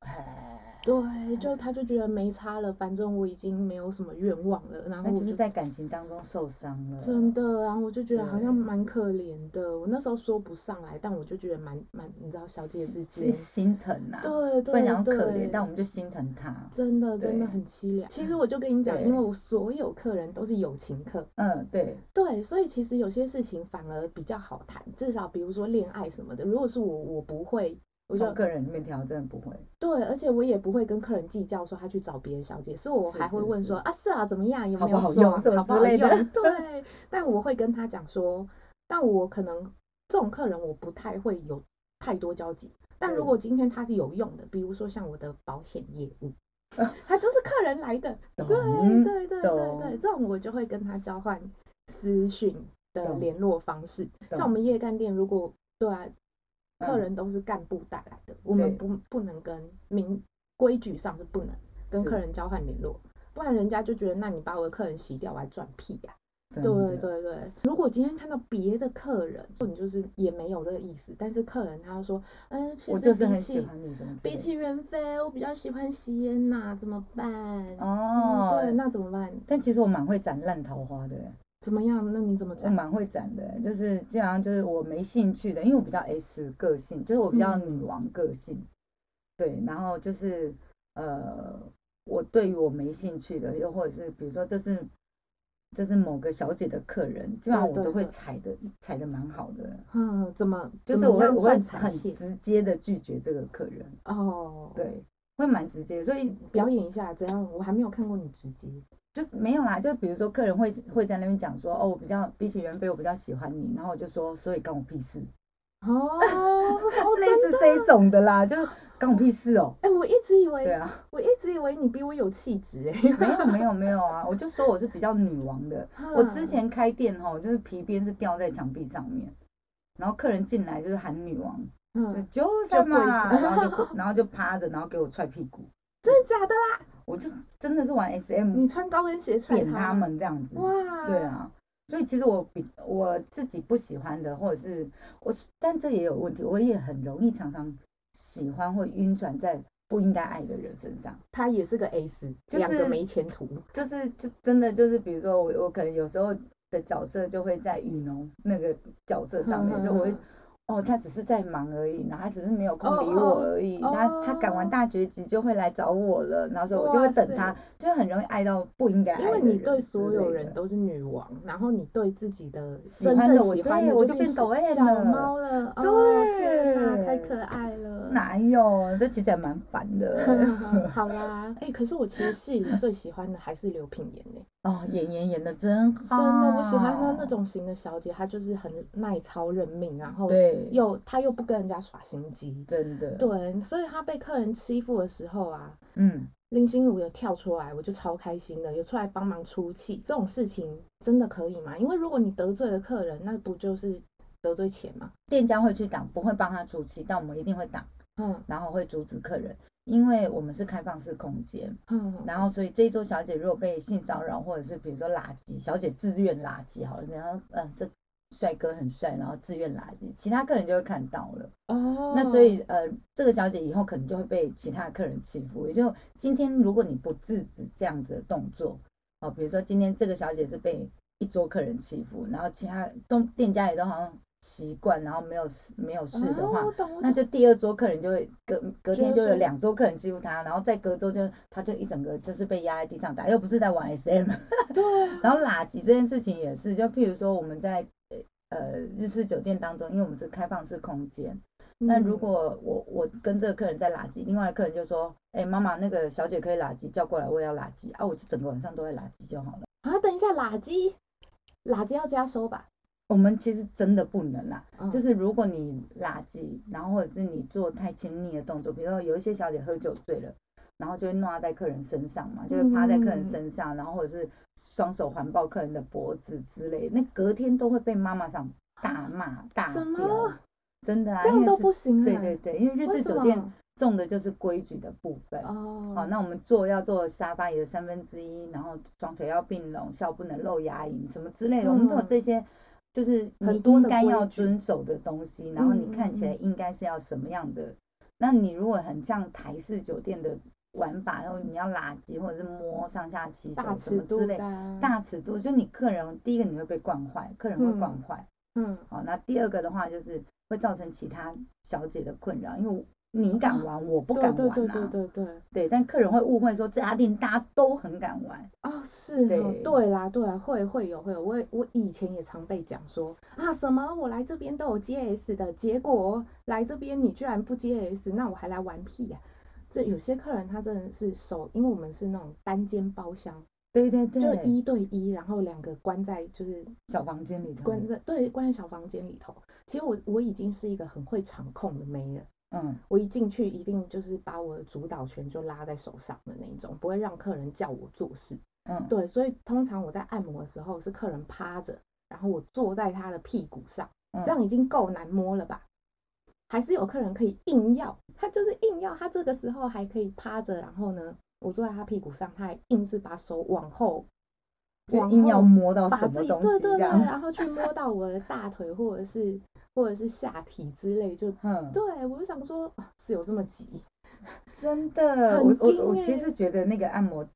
Speaker 2: 哎
Speaker 1: 对，就他就觉得没差了，反正我已经没有什么愿望了，然后
Speaker 2: 那
Speaker 1: 我
Speaker 2: 就是在感情当中受伤了。
Speaker 1: 真的，然后我就觉得好像
Speaker 2: 对
Speaker 1: 蛮可怜的。我那时候说不上来，但我就觉得蛮蛮，你知道，小姐之
Speaker 2: 是
Speaker 1: 间
Speaker 2: 是，心疼呐，
Speaker 1: 对
Speaker 2: 不
Speaker 1: 对
Speaker 2: 能讲可
Speaker 1: 对
Speaker 2: 怜，，但我们就心疼他。
Speaker 1: 真的真的
Speaker 2: 对
Speaker 1: 很凄凉。 其实我就跟你讲，
Speaker 2: 对
Speaker 1: 因为我所有客人都是友情客，
Speaker 2: 嗯，对，
Speaker 1: 对，所以其实有些事情反而比较好谈，至少比如说恋爱什么的，如果是我，我不会。我就
Speaker 2: 从个人里面挑，真的不会。
Speaker 1: 对，而且我也不会跟客人计较说他去找别的小姐，是我
Speaker 2: 是
Speaker 1: 还会
Speaker 2: 是
Speaker 1: 问
Speaker 2: 是
Speaker 1: 说啊是啊怎么样有
Speaker 2: 好
Speaker 1: 没
Speaker 2: 不
Speaker 1: 有
Speaker 2: 好
Speaker 1: 爽
Speaker 2: 用什么
Speaker 1: 好不
Speaker 2: 之
Speaker 1: 好
Speaker 2: 类的
Speaker 1: 用对，但我会跟他讲说，但我可能这种客人我不太会有太多交集。但如
Speaker 2: 嗯
Speaker 1: 果今天他是有用的，比如说像我的保险业 务，他就是客人来的，对
Speaker 2: 啊懂
Speaker 1: 对对对对，
Speaker 2: 懂
Speaker 1: 这种我就会跟他交换私讯的
Speaker 2: 懂
Speaker 1: 联络方式。像我
Speaker 2: 懂
Speaker 1: 们夜干店，如果对啊，客
Speaker 2: 嗯
Speaker 1: 人都是干部带来的，我们
Speaker 2: 对
Speaker 1: 不不能跟明规矩上是不能跟
Speaker 2: 是
Speaker 1: 客人交换联络，不然人家就觉得那你把我的客人洗掉，我还赚屁呀、
Speaker 2: 嗯真的
Speaker 1: 对对对，如果今天看到别的客人，就你就是也没有这个意思，但是客人他就说，嗯，其
Speaker 2: 我
Speaker 1: 实
Speaker 2: 就是
Speaker 1: 比
Speaker 2: 很
Speaker 1: 起
Speaker 2: 喜欢你什么之
Speaker 1: 比
Speaker 2: 类的
Speaker 1: 起袁飞，我比较喜欢席烟娜，怎么办？嗯
Speaker 2: 哦，
Speaker 1: 对，那怎么办？
Speaker 2: 但其实我蛮会斩烂桃花的，
Speaker 1: 怎么样？那你怎么
Speaker 2: 我
Speaker 1: 讲？
Speaker 2: 蛮会斩的，欸就是基本上就是我没兴趣的，因为我比较 S 个性，就是我比较
Speaker 1: 嗯
Speaker 2: 女王个性，对，然后就是呃，我对于我没兴趣的，又或者是比如说这是这是某个小姐的客人，基本上
Speaker 1: 对
Speaker 2: 我
Speaker 1: 对
Speaker 2: 都会
Speaker 1: 对
Speaker 2: 踩的踩的蛮好的，
Speaker 1: 嗯，怎么
Speaker 2: 就是
Speaker 1: 怎么
Speaker 2: 我会
Speaker 1: 样
Speaker 2: 我会
Speaker 1: 算踩
Speaker 2: 很
Speaker 1: 线
Speaker 2: 直接的拒绝这个客人，
Speaker 1: 哦，
Speaker 2: 对，会蛮直接，所以
Speaker 1: 表演一下，怎样？我还没有看过你直接。
Speaker 2: 就没有啦，就比如说客人会会在那边讲说，哦，我比较比起袁飞，我比较喜欢你，然后我就说，所以干我屁事，
Speaker 1: 哦，哦
Speaker 2: 类似这一种的 啦，就是干我屁事哦。
Speaker 1: 哎、我一直以为，
Speaker 2: 对啊，
Speaker 1: 我一直以为你比我有气质哎。
Speaker 2: 没有没有没有啊，我就说嗯
Speaker 1: 嗯
Speaker 2: 我是比较女王的。我之前开店吼，就是皮鞭是吊在墙壁上面，然后客人进来就是喊女王，就
Speaker 1: 嗯，
Speaker 2: 就什么，
Speaker 1: 跪下
Speaker 2: 然后就 然后就趴着，然后给我踹屁股，
Speaker 1: 真的假的啦？
Speaker 2: 我就真的是玩 SM
Speaker 1: 你穿高跟鞋踹
Speaker 2: 扁
Speaker 1: 吗？
Speaker 2: 他们这样子，
Speaker 1: 哇，
Speaker 2: 对，啊。所以其实我比我自己不喜欢的，或者是我，但这也有问题，我也很容易常常喜欢或晕船在不应该爱的人身上。
Speaker 1: 他也是个 S，
Speaker 2: 就是
Speaker 1: 两个没前途。
Speaker 2: 就是就真的就是，比如说我我可能有时候的角色就会在雨农那个角色
Speaker 1: 嗯
Speaker 2: 上面，就我会哦，他只是在忙而已，然后他只是没有空
Speaker 1: 哦
Speaker 2: 理
Speaker 1: 哦
Speaker 2: 我而已。他他赶完
Speaker 1: 哦
Speaker 2: 大结局就会来找我了，然后所以我就会
Speaker 1: 哇
Speaker 2: 等
Speaker 1: 塞
Speaker 2: 他，就很容易爱到不应该爱
Speaker 1: 因为
Speaker 2: 的
Speaker 1: 你对
Speaker 2: 人
Speaker 1: 所
Speaker 2: 之
Speaker 1: 有
Speaker 2: 类
Speaker 1: 人
Speaker 2: 的
Speaker 1: 都是女王，然后你对自己的
Speaker 2: 喜欢
Speaker 1: 真
Speaker 2: 的
Speaker 1: 正
Speaker 2: 我
Speaker 1: 喜欢
Speaker 2: 对
Speaker 1: 的
Speaker 2: 我
Speaker 1: 就
Speaker 2: 就
Speaker 1: 变
Speaker 2: 变抖 M
Speaker 1: 小
Speaker 2: 了
Speaker 1: 猫了，哦
Speaker 2: 对
Speaker 1: 天哪，太可爱了。嗯
Speaker 2: 哪有？这其实还蛮烦 的
Speaker 1: 好 啦，哎、可是我其实戏里最喜欢的还是刘品言呢、
Speaker 2: 哦，演员演的真 好，
Speaker 1: 真的，我喜欢
Speaker 2: 啊
Speaker 1: 她那种型的小姐，她就是很耐操认命，然后
Speaker 2: 对，
Speaker 1: 又她又不跟人家耍心机，
Speaker 2: 真的，
Speaker 1: 对，所以她被客人欺负的时候啊，
Speaker 2: 嗯，
Speaker 1: 林心如有跳出来，我就超开心的，有出来帮忙出气，这种事情真的可以吗？因为如果你得罪了客人，那不就是得罪钱吗？
Speaker 2: 店家会去挡，不会帮他出气，但我们一定会挡。
Speaker 1: 嗯
Speaker 2: 然后会阻止客人，因为我们是开放式空间，
Speaker 1: 嗯，
Speaker 2: 然后所以这一桌小姐如果被性骚扰，或者是比如说垃圾，小姐自愿垃圾好了，然后嗯、呃这帅哥很帅，然后自愿垃圾，其他客人就会看到了。
Speaker 1: 哦，
Speaker 2: 那所以呃，这个小姐以后可能就会被其他客人欺负。也就今天如果你不制止这样子的动作，哦，比如说今天这个小姐是被一桌客人欺负，然后其他都店家也都好像习惯，然后没有没有事的话
Speaker 1: 哦、，我懂，我
Speaker 2: 那
Speaker 1: 懂
Speaker 2: 就第二桌客人就会隔隔天
Speaker 1: 就
Speaker 2: 就是有两桌客人欺负他，然后再隔周就他就一整个就是被压在地上打，又不是在玩 SM。
Speaker 1: 对啊，
Speaker 2: 然后垃圾这件事情也是，就譬如说我们在呃呃日式酒店当中，因为我们是开放式空间，那如
Speaker 1: 嗯
Speaker 2: 果我我跟这个客人在垃圾，另外一个客人就说，哎、妈妈那个小姐可以垃圾叫过来，我也要垃圾啊，我就整个晚上都在垃圾就好了。
Speaker 1: 啊，等一下，垃圾，垃圾要加收吧？
Speaker 2: 我们其实真的不能啊啦，
Speaker 1: 嗯
Speaker 2: 就是如果你垃圾，然后或者是你做太亲密的动作，比如说有一些小姐喝酒醉了，然后就会弄在客人身上嘛，就会趴在客
Speaker 1: 嗯
Speaker 2: 人身上，然后或者是双手环抱客人的脖子之类，那隔天都会被妈妈上大骂大
Speaker 1: 什么
Speaker 2: 飙，真的啊，
Speaker 1: 这
Speaker 2: 因
Speaker 1: 样
Speaker 2: 为
Speaker 1: 都
Speaker 2: 是
Speaker 1: 不行啊？
Speaker 2: 对对对，因为日
Speaker 1: 为
Speaker 2: 式
Speaker 1: 什
Speaker 2: 酒
Speaker 1: 么
Speaker 2: 店重的就是规矩的部分。
Speaker 1: 哦，
Speaker 2: 好，那我们坐要坐沙发椅的三分之一，然后双腿要并拢，笑不能露牙龈，什么之类的，我们都有
Speaker 1: 嗯
Speaker 2: 这些，就是你
Speaker 1: 很多
Speaker 2: 应
Speaker 1: 的
Speaker 2: 该
Speaker 1: 规
Speaker 2: 要
Speaker 1: 矩
Speaker 2: 遵守的东西，然后你
Speaker 1: 嗯
Speaker 2: 看起
Speaker 1: 嗯
Speaker 2: 来应该是要什么样的。那你如果很像台式酒店的玩法，然后你要拉圾或者是摸上下其手
Speaker 1: 大
Speaker 2: 什
Speaker 1: 尺
Speaker 2: 么之
Speaker 1: 度
Speaker 2: 类
Speaker 1: 的，啊，
Speaker 2: 大尺度，就你客人第一个你会被惯坏，客人会惯
Speaker 1: 嗯
Speaker 2: 坏。
Speaker 1: 嗯，
Speaker 2: 好，那第二个的话就是会造成其他小姐的困扰，因为你敢玩，我不
Speaker 1: 啊对
Speaker 2: 敢玩
Speaker 1: 对
Speaker 2: 啊。
Speaker 1: 对对对对，
Speaker 2: 对，但客人会误会说这家店大家都很敢玩，
Speaker 1: 哦，是哦，
Speaker 2: 对
Speaker 1: 对啦，对啦，会会有会有，我也我以前也常被讲说啊，什么我来这边都有 GS 的，结果来这边你居然不 GS，那我还来玩屁呀、这有些客人他真的是手，因为我们是那种单间包厢，
Speaker 2: 对对对，
Speaker 1: 就一对一，然后两个关在就是
Speaker 2: 小房间里头，
Speaker 1: 关在对关在小房间里头。其实我我已经是一个很会场控的妹了，
Speaker 2: 嗯，
Speaker 1: 我一进去一定就是把我的主导权就拉在手上的那一种，不会让客人叫我做事。
Speaker 2: 嗯，
Speaker 1: 对，所以通常我在按摩的时候是客人趴着，然后我坐在他的屁股上，
Speaker 2: 嗯
Speaker 1: 这样已经够难摸了吧？还是有客人可以硬要，他就是硬要，他这个时候还可以趴着，然后呢，我坐在他屁股上，他还硬是把手往后，
Speaker 2: 就
Speaker 1: 往
Speaker 2: 硬要
Speaker 1: 后
Speaker 2: 摸到
Speaker 1: 把
Speaker 2: 什
Speaker 1: 自
Speaker 2: 么
Speaker 1: 己
Speaker 2: 东
Speaker 1: 对
Speaker 2: 西
Speaker 1: 对
Speaker 2: 这
Speaker 1: 对，
Speaker 2: 样，
Speaker 1: 然后去摸到我的大腿或者是或者是下体之类，就
Speaker 2: 嗯，
Speaker 1: 对我就想说，哦是有这么急？
Speaker 2: 真的，
Speaker 1: 很
Speaker 2: 我我
Speaker 1: 硬
Speaker 2: 我其
Speaker 1: 欸
Speaker 2: 实觉得那个按摩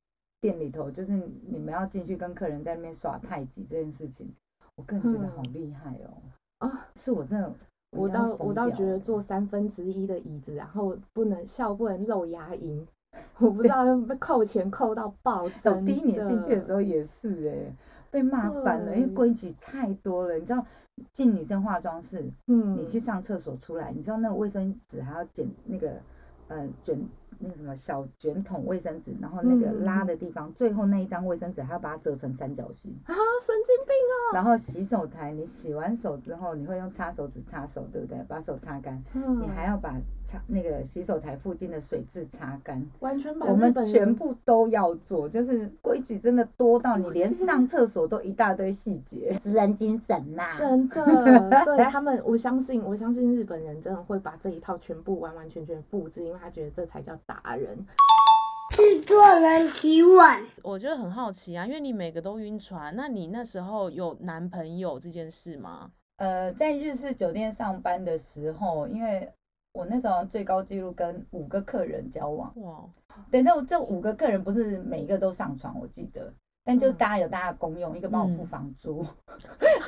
Speaker 2: 店里头，就是你们要进去跟客人在那边耍太极这件事情，我个人觉得好厉害哦，
Speaker 1: 啊
Speaker 2: 是我真的，
Speaker 1: 嗯我
Speaker 2: 应该会
Speaker 1: 倒我
Speaker 2: 疯
Speaker 1: 倒
Speaker 2: 掉
Speaker 1: 觉得
Speaker 2: 欸
Speaker 1: 坐三分之一的椅子，然后不能笑不能露牙龈，我不知道被扣钱扣到爆
Speaker 2: 我
Speaker 1: 真的。
Speaker 2: 哦第一年进去的时
Speaker 1: 候，
Speaker 2: 候也是哎、被骂翻了，因为
Speaker 1: 对
Speaker 2: 规矩太多了。你知道进女生化妆室，
Speaker 1: 嗯，
Speaker 2: 你去上厕所出来，你知道那个卫生纸还要剪那个呃卷那个什么小卷筒卫生纸，然后那个
Speaker 1: 嗯嗯
Speaker 2: 拉的
Speaker 1: 嗯
Speaker 2: 地方，最后那一张卫生纸还要把它折成三角形。
Speaker 1: 啊，神经病啊！
Speaker 2: 然后洗手台，你洗完手之后，你会用擦手纸擦手，对不对？把手擦干，
Speaker 1: 嗯
Speaker 2: 你还要把擦那个洗手台附近的水渍擦干。
Speaker 1: 完全把
Speaker 2: 我
Speaker 1: 日
Speaker 2: 们
Speaker 1: 本人
Speaker 2: 全部都要做，就是规矩真的多到你
Speaker 1: 我
Speaker 2: 连
Speaker 1: 天
Speaker 2: 上厕所都一大堆细 节，啊职人精神呐、
Speaker 1: 真的， 对他们，我相信，我相信日本人真的会把这一套全部完完全全复制，因为他觉得这才叫达 人。
Speaker 3: 制作人提问。
Speaker 4: 我觉得很好奇啊，因为你每个都晕船，那你那时候有男朋友这件事吗？
Speaker 2: 呃，在日式酒店上班的时候，因为我那时候最高纪录跟五个客人交往，
Speaker 4: 哇，
Speaker 2: 对，那我这五个客人不是每一个都上床，我记得。但就
Speaker 4: 嗯
Speaker 2: 大家有大家的功用，一个帮我付
Speaker 4: 嗯
Speaker 2: 房 租，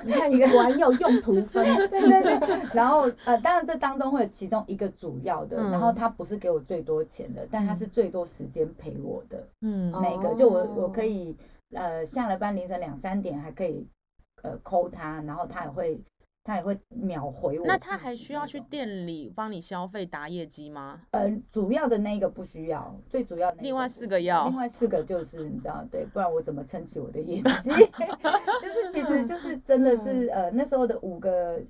Speaker 1: 你看，果然有用途 分，
Speaker 2: 对对对。然后呃，当然这当中会有其中一个主要的，然后
Speaker 4: 嗯
Speaker 2: 他不是给我最多钱的，但他是
Speaker 4: 嗯
Speaker 2: 最多时间陪我的。
Speaker 4: 嗯
Speaker 1: 哦
Speaker 2: 那个，就我我可以呃下了班凌晨两三点还可以呃抠他，然后他也会他也会秒回我。
Speaker 4: 那他还需要去？店里帮你消费打业绩吗？
Speaker 2: 呃，主要的那一个不需要，最主要的那
Speaker 4: 另外
Speaker 2: 不
Speaker 4: 四
Speaker 2: 需
Speaker 4: 个要
Speaker 2: 另外四个就是你知道对，不然我怎么撑起我的 业绩？就是其实就是真的是
Speaker 4: 嗯
Speaker 2: 呃那时候的五个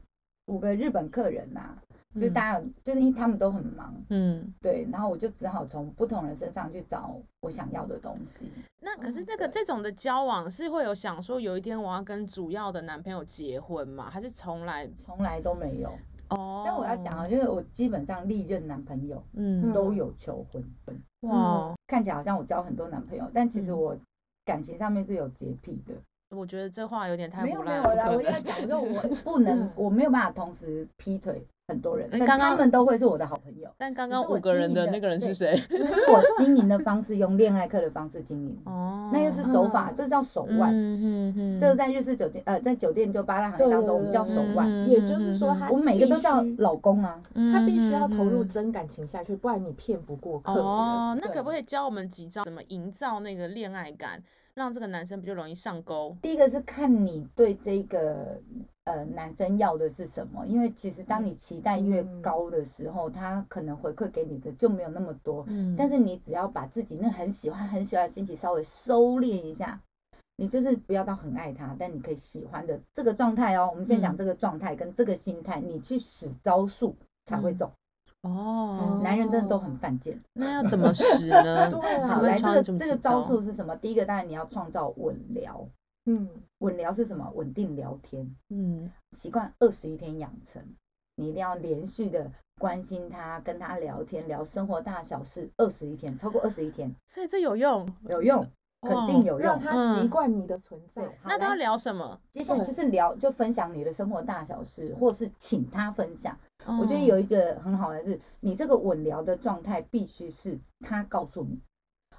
Speaker 2: 五个日本客人呐、就是
Speaker 4: 嗯
Speaker 2: 大家有就是因为他们都很忙，
Speaker 4: 嗯，
Speaker 2: 对，然后我就只好从不同人身上去找我想要的东西。
Speaker 4: 那可是
Speaker 2: 嗯
Speaker 4: 那个
Speaker 2: 对
Speaker 4: 这种的交往是会有想说有一天我要跟主要的男朋友结婚吗？还是从来
Speaker 2: 从来都没有，
Speaker 4: 哦？
Speaker 2: 但我要讲啊，，就是我基本上历任男朋友
Speaker 4: 嗯，
Speaker 2: 都有求婚，嗯
Speaker 4: 哇，
Speaker 2: 看起来好像我交很多男朋友，但其实
Speaker 4: 嗯
Speaker 2: 我感情上面是有洁癖的。
Speaker 4: 我觉得这话有点太
Speaker 2: 没
Speaker 4: 胡
Speaker 2: 有没
Speaker 4: 乱
Speaker 2: 有
Speaker 4: 了，
Speaker 2: 啦，
Speaker 4: 不
Speaker 2: 我
Speaker 4: 可
Speaker 2: 要
Speaker 4: 能。
Speaker 2: 讲， 就我不能
Speaker 1: 嗯，
Speaker 2: 我没有办法同时劈腿很多人，但
Speaker 4: 哎刚
Speaker 2: 他
Speaker 4: 刚
Speaker 2: 们都会是我的好朋友。
Speaker 4: 但刚
Speaker 2: 只
Speaker 4: 刚
Speaker 2: 是我
Speaker 4: 五个人
Speaker 2: 经营
Speaker 4: 的
Speaker 2: 的
Speaker 4: 那个人是
Speaker 2: 对
Speaker 4: 谁？
Speaker 2: 因为我经营的方式用恋爱课的方式经营，
Speaker 4: 哦，
Speaker 2: 那又是手法，
Speaker 1: 嗯
Speaker 2: 这叫手腕。
Speaker 4: 嗯嗯嗯，
Speaker 2: 这个在日式酒店，呃，在酒店就八大行业当中，我们叫手腕。
Speaker 4: 嗯
Speaker 1: 也就是说他，
Speaker 2: 我每个都叫老公啊，
Speaker 1: 他必须要
Speaker 4: 嗯
Speaker 1: 投入
Speaker 4: 嗯嗯
Speaker 1: 真感情下去，不然你骗不过客人。
Speaker 4: 哦，那
Speaker 2: 对
Speaker 4: 可不可以教我们几招，怎么营造那个恋爱感，让这个男生比较容易上钩？
Speaker 2: 第一个是看你对这个呃男生要的是什么，因为其实当你期待越
Speaker 1: 嗯
Speaker 2: 高的时候，他可能回馈给你的就没有那么多。
Speaker 4: 嗯
Speaker 2: 但是你只要把自己那很喜欢、很喜欢的心情稍微收敛一下，你就是不要到很爱他，但你可以喜欢的这个状态哦。我们先讲
Speaker 4: 嗯
Speaker 2: 这个状态跟这个心态，你去使招数才会
Speaker 4: 嗯
Speaker 2: 中。
Speaker 4: 哦，
Speaker 2: 男人真的都很犯贱。
Speaker 4: 那要怎么使呢？
Speaker 1: 对啊
Speaker 4: 可
Speaker 2: 好，
Speaker 4: 不可以
Speaker 2: 来这
Speaker 4: 教
Speaker 2: 个
Speaker 4: 你怎么
Speaker 2: 这个
Speaker 4: 几
Speaker 2: 招
Speaker 4: 招
Speaker 2: 数是什么？第一个当然你要创造稳聊，
Speaker 1: 嗯，
Speaker 2: 稳聊是什么？稳定聊天。
Speaker 4: 嗯
Speaker 2: 习惯二十一天养成，你一定要连续的关心他，跟他聊天，聊生活大小事，二十一天，超过二十一天
Speaker 4: 所以这有用，
Speaker 2: 有用，
Speaker 4: 哦
Speaker 2: 肯定有用
Speaker 1: 让。他习惯你的存在
Speaker 2: 嗯对，，好
Speaker 4: 那都嗯要
Speaker 2: 来
Speaker 4: 聊什么？
Speaker 2: 接下来就是聊，就分享你的生活大小事，或是请他分享。我觉得
Speaker 4: 哦
Speaker 2: 有一个很好的是，你这个稳聊的状态必须是他告诉你。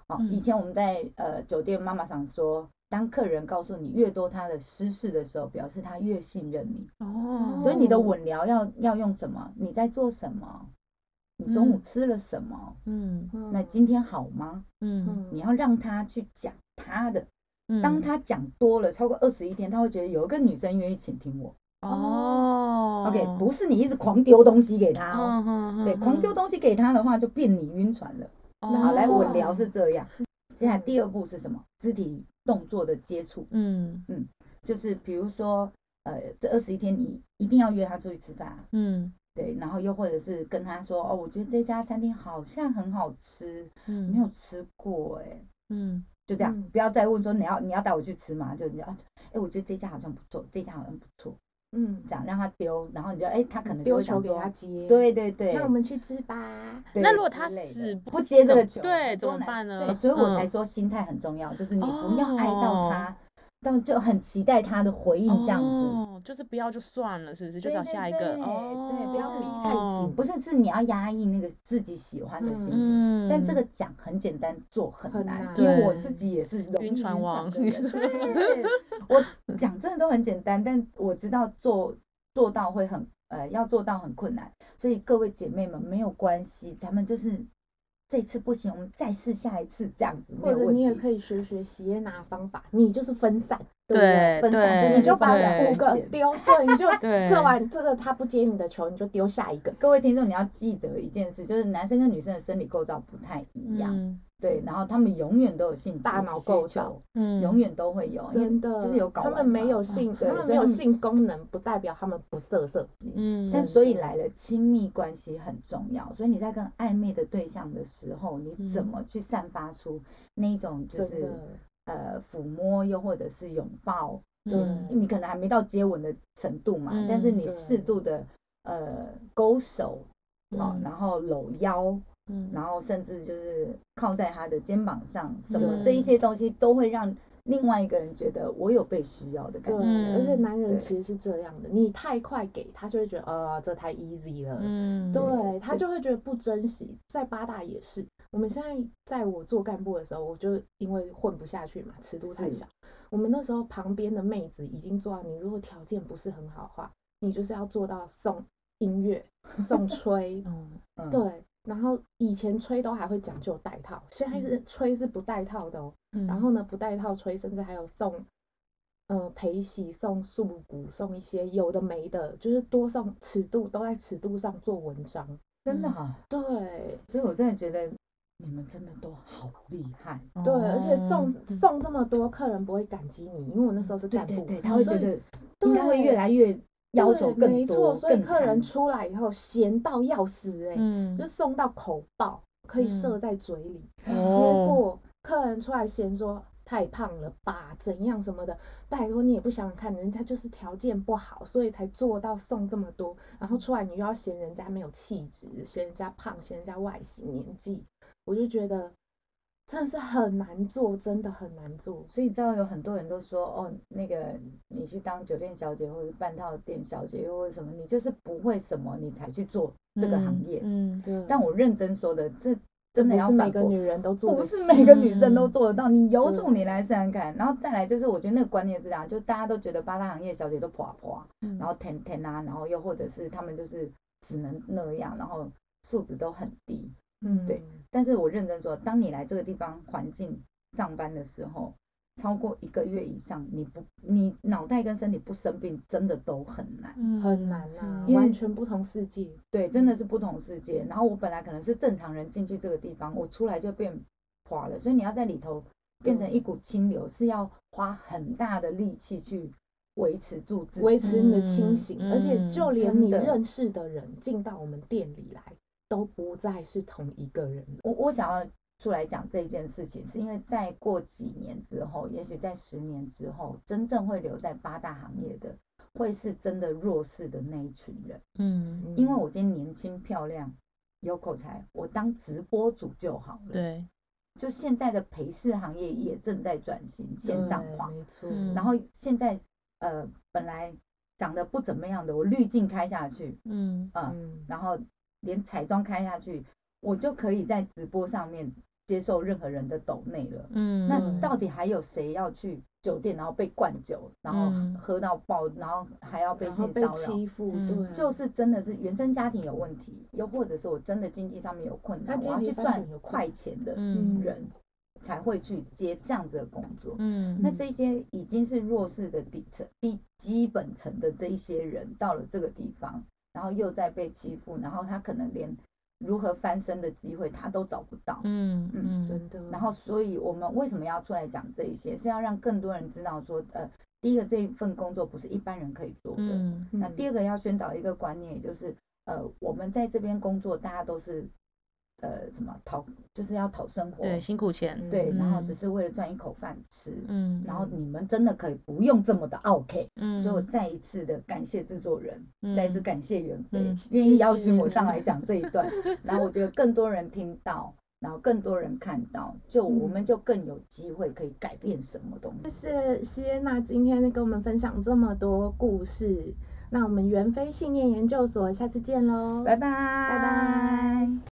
Speaker 2: 哦，
Speaker 4: 嗯
Speaker 2: 以前我们在呃酒店妈妈上说，当客人告诉你越多他的私事的时候，表示他越信任你。
Speaker 4: 哦，
Speaker 2: 所以你的稳聊要要用什么？你在做什么？你中午
Speaker 4: 嗯
Speaker 2: 吃了什么？
Speaker 4: 嗯
Speaker 1: 嗯
Speaker 2: 那今天好吗？
Speaker 4: 嗯
Speaker 2: 你要让他去讲他的。
Speaker 4: 嗯，
Speaker 2: 当他讲多了，超过二十一天，他会觉得有一个女生愿意倾听我。
Speaker 4: 哦
Speaker 2: OK，不是你一直狂丢东西给他哦。
Speaker 4: 嗯嗯哦
Speaker 2: 对，狂丢东西给他的话，就变你晕船了。好，来
Speaker 1: 我
Speaker 2: 稳聊是这样。接下来第二步是什么？肢体动作的接触，
Speaker 4: 嗯
Speaker 2: 就是比如说，呃，这二十一天你一定要约他出去吃饭啊、
Speaker 4: 嗯
Speaker 2: 对，然后又或者是跟他说，哦，我觉得这家餐厅好像很好吃，
Speaker 4: 嗯，
Speaker 2: 没有吃过哎、
Speaker 4: 嗯
Speaker 2: 就这样，
Speaker 1: 嗯
Speaker 2: 不要再问说你要你要带我去吃吗？就你就啊，哎，我觉得这家好像不错，这家好像不错，
Speaker 1: 嗯
Speaker 2: 这，样让他丢，然后你就哎，他可能就
Speaker 1: 丢
Speaker 2: 会
Speaker 1: 球
Speaker 2: 想
Speaker 1: 给
Speaker 2: 说
Speaker 1: 他，接，，
Speaker 2: 对对对，
Speaker 1: 那我们去吃 吧。
Speaker 2: 对
Speaker 4: 那如果
Speaker 2: 之
Speaker 4: 他
Speaker 2: 类的
Speaker 4: 死
Speaker 2: 不接这
Speaker 4: 怎
Speaker 2: 个
Speaker 4: 么
Speaker 2: 球，
Speaker 4: 对
Speaker 2: 很
Speaker 4: 怎
Speaker 2: 多
Speaker 4: 么
Speaker 2: 男
Speaker 4: 办呢
Speaker 2: 对，所以我才
Speaker 4: 嗯
Speaker 2: 说心态很重要，就是你不要爱到
Speaker 4: 哦
Speaker 2: 他，但就很期待他的回应这样子。
Speaker 4: 哦，就是不要就算了，是不是？就
Speaker 2: 对
Speaker 4: 找
Speaker 2: 对
Speaker 4: 下一
Speaker 2: 对
Speaker 4: 个
Speaker 2: 对
Speaker 4: 哦，
Speaker 2: 不要逼
Speaker 1: 太紧
Speaker 2: 不是，是你要压抑那个自己喜欢的心情。
Speaker 4: 嗯，
Speaker 2: 但这个讲很简单，做很
Speaker 1: 很
Speaker 2: 难，
Speaker 1: 难
Speaker 2: 因为我
Speaker 4: 对
Speaker 2: 自己也是容易
Speaker 4: 晕船王
Speaker 2: 的人 对，
Speaker 1: 嗯
Speaker 2: 我讲真的都很简单，但我知道做做到会很呃，要做到很困难。所以各位姐妹们没有关系，咱们就是这次不行，我们再试下一次这样子，没
Speaker 1: 或
Speaker 2: 有
Speaker 1: 者
Speaker 2: 问
Speaker 1: 你也
Speaker 2: 题。
Speaker 1: 可以学学席耶拿方法，你就是分散，
Speaker 2: 对不对？
Speaker 4: 对
Speaker 2: 分散注意
Speaker 4: 对
Speaker 1: 你
Speaker 2: 力
Speaker 1: 就把
Speaker 2: 放在
Speaker 1: 五
Speaker 2: 眼
Speaker 1: 个
Speaker 2: 前
Speaker 1: 丢，对，你就
Speaker 4: 对
Speaker 1: 这完这个他不接你的球，你就丢下一个。
Speaker 2: 各位听众，你要记得一件事，就是男生跟女生的生理构造不太一样，
Speaker 4: 嗯
Speaker 2: 对，然后他们永远都有性
Speaker 1: 大脑构造，
Speaker 4: 嗯
Speaker 2: 永远都会有，哦因为
Speaker 1: 真的，
Speaker 2: 就是有睾
Speaker 1: 他
Speaker 2: 丸
Speaker 1: 们没
Speaker 2: 嘛
Speaker 1: 有性，
Speaker 2: 对
Speaker 1: 他们
Speaker 2: 所以
Speaker 1: 没有
Speaker 2: 他们
Speaker 1: 性功能，不代表他们不色色。
Speaker 4: 嗯
Speaker 2: 那所以来了，亲密关系很重要。所以你在跟暧昧的对象的时候，你怎
Speaker 4: 嗯
Speaker 2: 么去散发出那一种就
Speaker 1: 真
Speaker 2: 是
Speaker 1: 的，
Speaker 2: 呃抚摸，又或者是拥抱？
Speaker 1: 对
Speaker 4: 嗯
Speaker 2: 你可能还没到接吻的程度嘛，但是
Speaker 4: 嗯
Speaker 2: 你
Speaker 1: 对
Speaker 2: 适度的呃勾手，哦，
Speaker 4: 嗯
Speaker 2: 然后搂腰，
Speaker 4: 嗯
Speaker 2: 然后甚至就是靠在他的肩膀上，什么
Speaker 4: 对
Speaker 2: 这一些东西都会让另外一个人觉得我有被需要的感
Speaker 1: 对，
Speaker 2: 觉。
Speaker 4: 嗯
Speaker 1: 而且男人
Speaker 2: 对
Speaker 1: 其实是这样的，你太快给他，就会觉得呃这太 easy 了，
Speaker 4: 嗯
Speaker 1: 对他
Speaker 2: 对
Speaker 1: 就会觉得不珍惜。在八大也是，我们现在在我做干部的时候，我就因为混不下去嘛，尺度太
Speaker 2: 是
Speaker 1: 小。我们那时候旁边的妹子已经做到，你如果条件不是很好的话，你就是要做到送音乐、 送吹，
Speaker 4: 嗯
Speaker 2: 嗯，
Speaker 1: 对。然后以前吹都还会讲究带套，现在
Speaker 2: 嗯
Speaker 1: 是吹是不带套的哦。
Speaker 4: 嗯
Speaker 1: 然后呢，不带套吹，甚至还有送，呃，陪洗、送素骨、送一些有的没的，就是多送尺度，都在尺度上做文章。
Speaker 2: 真的
Speaker 4: 嗯
Speaker 2: 哈、
Speaker 1: 对
Speaker 2: 所以我真的觉得你们真的都好厉害。
Speaker 1: 对，而且送
Speaker 4: 哦
Speaker 1: 送这么多，客人不会感激你，因为我那时候是
Speaker 2: 嗯对
Speaker 1: 干部，
Speaker 2: 对对，
Speaker 1: 然
Speaker 2: 他
Speaker 1: 后
Speaker 2: 会
Speaker 1: 所
Speaker 2: 觉
Speaker 1: 以
Speaker 2: 得应该会越来越要求
Speaker 1: 对
Speaker 2: 更
Speaker 1: 没
Speaker 2: 多，
Speaker 1: 错，所以
Speaker 2: 更
Speaker 1: 客人
Speaker 2: 贪
Speaker 1: 出来以后咸到要死哎、
Speaker 4: 嗯
Speaker 1: 就送到口爆，可以
Speaker 4: 嗯
Speaker 1: 射在嘴里，结
Speaker 4: 哦
Speaker 1: 果客人出来嫌说。太胖了吧，怎样什么的？拜托你也不想想看，人家就是条件不好，所以才做到送这么多，然
Speaker 2: 嗯
Speaker 1: 后出来你又要嫌人家没有气质，嫌人家胖，嫌人家外形、年纪，我就觉得真的是很难做，真的很难做。
Speaker 2: 所以你知道有很多人都说哦，那个你去当酒店小姐或者半套店小姐或者什么，你就是
Speaker 1: 嗯
Speaker 2: 不会什么，你才去做这个行
Speaker 4: 嗯
Speaker 2: 业。
Speaker 4: 嗯
Speaker 1: 对，
Speaker 2: 但我认真说的，这
Speaker 1: 这
Speaker 2: 真的
Speaker 1: 不
Speaker 2: 要
Speaker 1: 是
Speaker 2: 反
Speaker 1: 每个
Speaker 2: 驳
Speaker 1: 女人都做
Speaker 2: 不
Speaker 1: 得
Speaker 2: 是
Speaker 1: 起
Speaker 2: 每个女生都做得到，你有
Speaker 1: 对
Speaker 2: 种你来试试看。然后再来就是，我觉得那个观念是这样，就大家都觉得八大行业小姐都垮垮，
Speaker 4: 嗯
Speaker 2: 啊然后甜甜啊，然后又或者是他们就是只能那样，然后素质都很低。
Speaker 1: 嗯
Speaker 2: 对但是我认真说，当你来这个地方环境上班的时候，超过一个月以上，你不你脑袋跟身体不生病，真的都很难。
Speaker 4: 嗯
Speaker 1: 很难啊，
Speaker 2: 嗯因为
Speaker 1: 完全不同世界。
Speaker 2: 对，真的是不同世界。然后我本来可能是正常人进去这个地方，我出来就变垮了，所以你要在里头变成一股清流，是要花很大的力气去维持住自己。
Speaker 1: 维持你的清醒，
Speaker 4: 嗯
Speaker 1: 而且就连
Speaker 2: 真
Speaker 1: 你
Speaker 2: 的
Speaker 1: 认识的人进到我们店里来，都不再是同一个人了。
Speaker 2: 我我想要出来讲这件事情，是因为再过几年之后，也许在十年之后，真正会留在八大行业的，会是真的弱势的那一群人。
Speaker 4: 嗯
Speaker 2: 因为我今天年轻漂亮，有口才，我当直播主就好了。
Speaker 4: 对
Speaker 2: 就现在的陪侍行业也正在转型线上
Speaker 1: 对
Speaker 2: 化，
Speaker 1: 没错，
Speaker 4: 嗯
Speaker 2: 然后现在呃本来长得不怎么样的，我滤镜开下去，
Speaker 4: 嗯
Speaker 2: 呃、
Speaker 1: 嗯，
Speaker 2: 然后连彩妆开下去，我就可以在直播上面接受任何人的抖内了。
Speaker 4: 嗯
Speaker 2: 那到底还有谁要去酒店，然后被灌酒，然后
Speaker 4: 嗯
Speaker 2: 喝到爆，然后还要被
Speaker 1: 然后
Speaker 2: 性
Speaker 1: 被
Speaker 2: 骚扰？
Speaker 1: 欺负，
Speaker 4: 嗯
Speaker 1: 对啊，
Speaker 2: 就是真的是原生家庭有问题，又或者是我真的经济上面有困难，
Speaker 1: 那
Speaker 2: 我要
Speaker 1: 阶级
Speaker 2: 去
Speaker 1: 发展
Speaker 2: 赚
Speaker 1: 有困
Speaker 2: 快钱的，
Speaker 4: 嗯
Speaker 2: 人才会去接这样子的工作。
Speaker 4: 嗯
Speaker 2: 那这些已经是弱势的底层、低基本层的这一些人，到了这个地方，然后又在被欺负，然后他可能连如何翻身的机会他都找不到。
Speaker 4: 嗯嗯
Speaker 1: 真的。
Speaker 2: 然后，所以我们为什么要出来讲这一些？是要让更多人知道说，呃，第一个这一份工作不是一般人可以做的。
Speaker 4: 嗯
Speaker 2: 那第
Speaker 1: 二，
Speaker 2: 二个要宣导一个观念，也就是呃，我们在这边工作，大家都是呃什么讨，就是要讨生活，
Speaker 4: 对辛苦钱
Speaker 1: 嗯
Speaker 2: 对，然后只
Speaker 4: 嗯
Speaker 2: 是为了赚一口饭吃。
Speaker 4: 嗯
Speaker 2: 然后你们真的可以不用这么的 OK，、
Speaker 4: 嗯
Speaker 2: 所以我再一次的感谢制作人，再一次感谢袁飞、
Speaker 4: 嗯
Speaker 2: 愿意邀请我上来讲这一 段，然后我觉得更多人听到，然后更多人看到，就我
Speaker 4: 嗯
Speaker 2: 们就更有机会可以改变什么东
Speaker 1: 谢
Speaker 2: 西。
Speaker 1: 谢西耶娜今天跟我们分享这么多故事，那我们元飞信念研究所下次见喽，
Speaker 2: 拜拜，拜
Speaker 1: 拜。